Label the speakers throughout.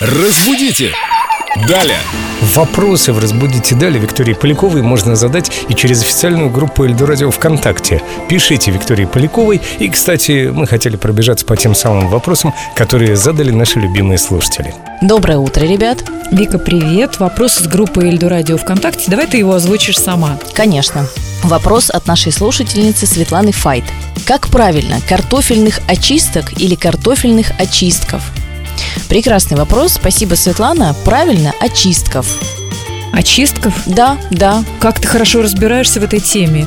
Speaker 1: Разбудите! Далее!
Speaker 2: Вопросы в «Разбудите далее» Виктории Поляковой можно задать и через официальную группу Эльдорадио ВКонтакте. Пишите Виктории Поляковой. И, кстати, мы хотели пробежаться по тем самым вопросам, которые задали наши любимые слушатели.
Speaker 3: Доброе утро, ребят.
Speaker 4: Вика, привет. Вопрос из группы Эльду Радио ВКонтакте. Давай ты его озвучишь сама.
Speaker 3: Конечно. Вопрос от нашей слушательницы Светланы Файт. Как правильно, картофельных очисток или картофельных очистков? Прекрасный вопрос. Спасибо, Светлана. Правильно, очистков.
Speaker 4: Очистков?
Speaker 3: Да, да.
Speaker 4: Как ты хорошо разбираешься в этой теме.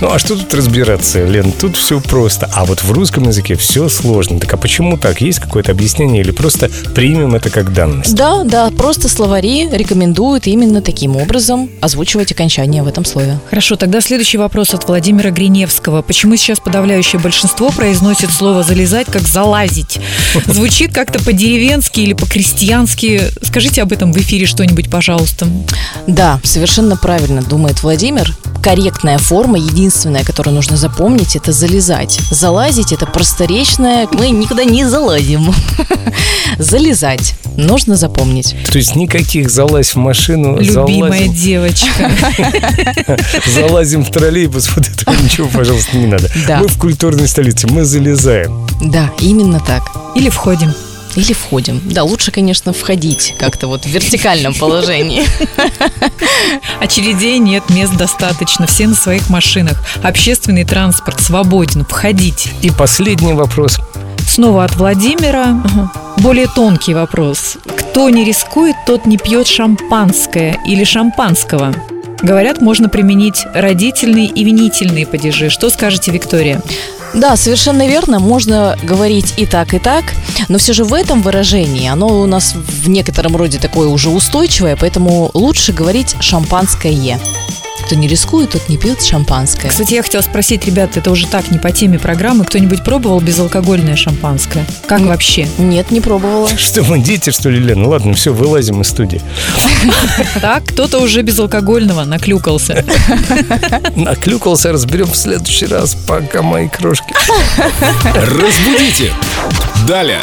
Speaker 2: Ну а что тут разбираться, Лен? Тут все просто. А вот в русском языке все сложно. Так а почему так? Есть какое-то объяснение или просто примем это как данность?
Speaker 3: Да, да, просто словари рекомендуют именно таким образом озвучивать окончание в этом слове.
Speaker 4: Хорошо, тогда следующий вопрос от Владимира Гриневского. Почему сейчас подавляющее большинство произносит слово «залезать» как «залазить»? Звучит как-то по-деревенски или по-крестьянски. Скажите об этом в эфире что-нибудь, пожалуйста.
Speaker 3: Да, совершенно правильно думает Владимир. Корректная форма, единственная, которую нужно запомнить, это залезать. Залазить – это просторечное, мы никуда не залазим. Залезать нужно запомнить.
Speaker 2: То есть никаких залазь в машину,
Speaker 4: Любимая
Speaker 2: залазим,
Speaker 4: девочка.
Speaker 2: залазим в троллейбус, вот этого ничего, пожалуйста, не надо.
Speaker 3: Да.
Speaker 2: Мы в культурной столице, мы залезаем.
Speaker 3: Да, именно так.
Speaker 4: Или входим.
Speaker 3: Или входим. Да, лучше, конечно, входить как-то вот в вертикальном положении.
Speaker 4: Очередей нет, мест достаточно, все на своих машинах. Общественный транспорт свободен, входите.
Speaker 2: И последний вопрос.
Speaker 4: Снова от Владимира. Более тонкий вопрос. Кто не рискует, тот не пьет шампанское или шампанского. Говорят, можно применить родительные и винительные падежи. Что скажете, Виктория?
Speaker 3: Да, совершенно верно. Можно говорить и так, и так. Но все же в этом выражении оно у нас в некотором роде такое уже устойчивое, поэтому лучше говорить шампанское. Кто не рискует, тот не пьет шампанское.
Speaker 4: Кстати, я хотела спросить, ребята, это уже так, не по теме программы. Кто-нибудь пробовал безалкогольное шампанское? Как вообще?
Speaker 3: Нет, не пробовала.
Speaker 2: Что мы, дети, что ли, Лен? Ну ладно, все, вылазим из студии.
Speaker 4: Так, кто-то уже безалкогольного наклюкался.
Speaker 2: Наклюкался, разберем в следующий раз. Пока, мои крошки.
Speaker 1: Разбудите! Далее!